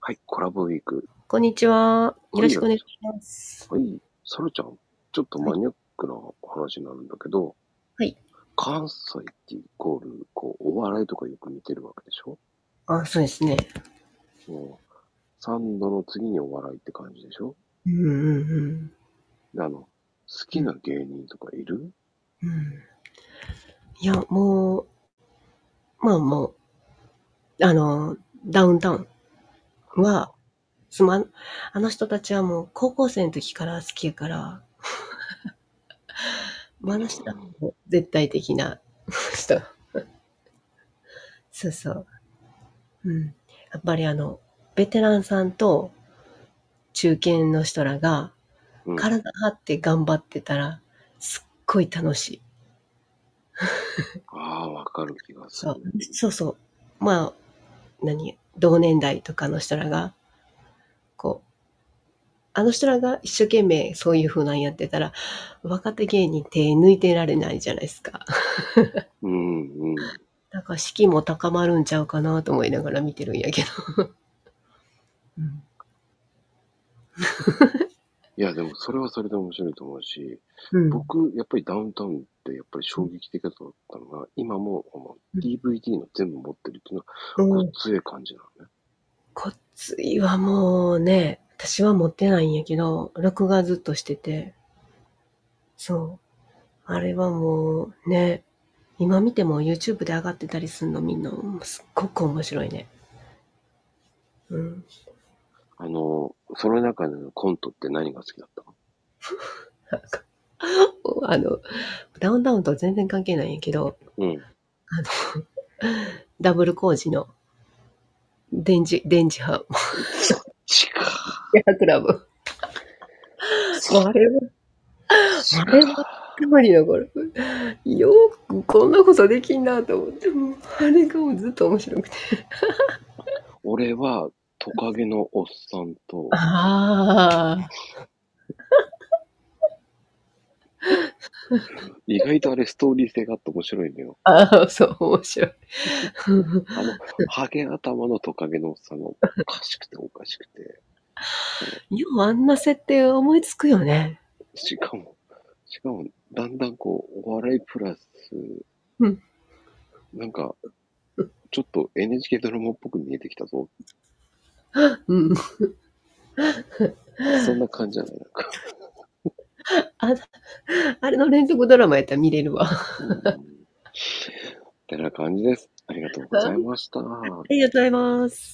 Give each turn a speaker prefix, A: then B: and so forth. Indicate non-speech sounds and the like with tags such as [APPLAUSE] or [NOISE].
A: はい、コラボウィーク。
B: こんにちは。よろしくお願いします。
A: はい、サラちゃん、ちょっとマニアックな話になるんだけど、
B: はい。
A: 関西ってイコール、こう、お笑いとかよく見てるわけでしょ
B: あ、そうですね。
A: もう、サンドの次にお笑いって感じでしょ
B: うんうん
A: であの、好きな芸人とかいる、
B: うん。うん、いや、もう、まあもう、あの、ダウンタウンは、すまん、あの人たちはもう高校生の時から好きやから、 [LAUGHS] まああの人はもう絶対的な人。そうそう。うん。やっぱりあの、ベテランさんと中堅の人らが、
A: うん、
B: 体張って頑張ってたら、すっごい楽しい。
A: ああ、わかる気がす
B: そう
A: る。
B: そうそう。まあ、何同年代とかの人らが、こう、あの人らが一生懸命そういう風なんやってたら、若手芸人手抜いてられないじゃないですか。
A: うんうん。
B: なんか士気も高まるんちゃうかなと思いながら見てるんやけど。うん
A: いや、でもそれはそれで面白いと思うし、
B: うん。
A: 僕、やっぱりダウンタウンってやっぱり衝撃的だったのが、今もあの
B: うん
A: DVD の全部持ってるっていうの
B: う
A: は、
B: ん
A: ごっつええ感じなのね。
B: こっついはもうね、私は持ってないんやけど、録画ずっとしてて。そう。あれはもうね、今見ても YouTube で上がってたりすんのみんな、すっごく面白いね。うん。 [LAUGHS]
A: あの、その中でのコントって何が好きだったの
B: なんか、あの、ダウンタウンとは全然関係ないんやけど、
A: うん。
B: あの、ダブル工事の、電磁、電磁波、
A: ちか。
B: クラブ。もうあれは
A: そ
B: れマリの頃、よくこんなことできんなと思って、もうあれがもうずっと面白くて。
A: 俺は、トカゲのおっさんと、
B: ああ。
A: 意外とあれストーリー性があって面白いんだよ。
B: ああ、そう、面白い。
A: あ
B: [LAUGHS]
A: の、ハゲ頭のトカゲのおっさんがおかしくておかしくて、
B: ようあんな設定思いつくよね。
A: しかも、しかも、だんだんこう、お笑いプラス、
B: うん
A: なんか、ちょっと NHK ドラマっぽく見えてきたぞ。
B: うん。
A: そんな感じじゃないなんか。
B: ああれの連続ドラマやったら見れるわ。あ
A: [LAUGHS] うんてな感じです。ありがとうございました。
B: りがとうございます。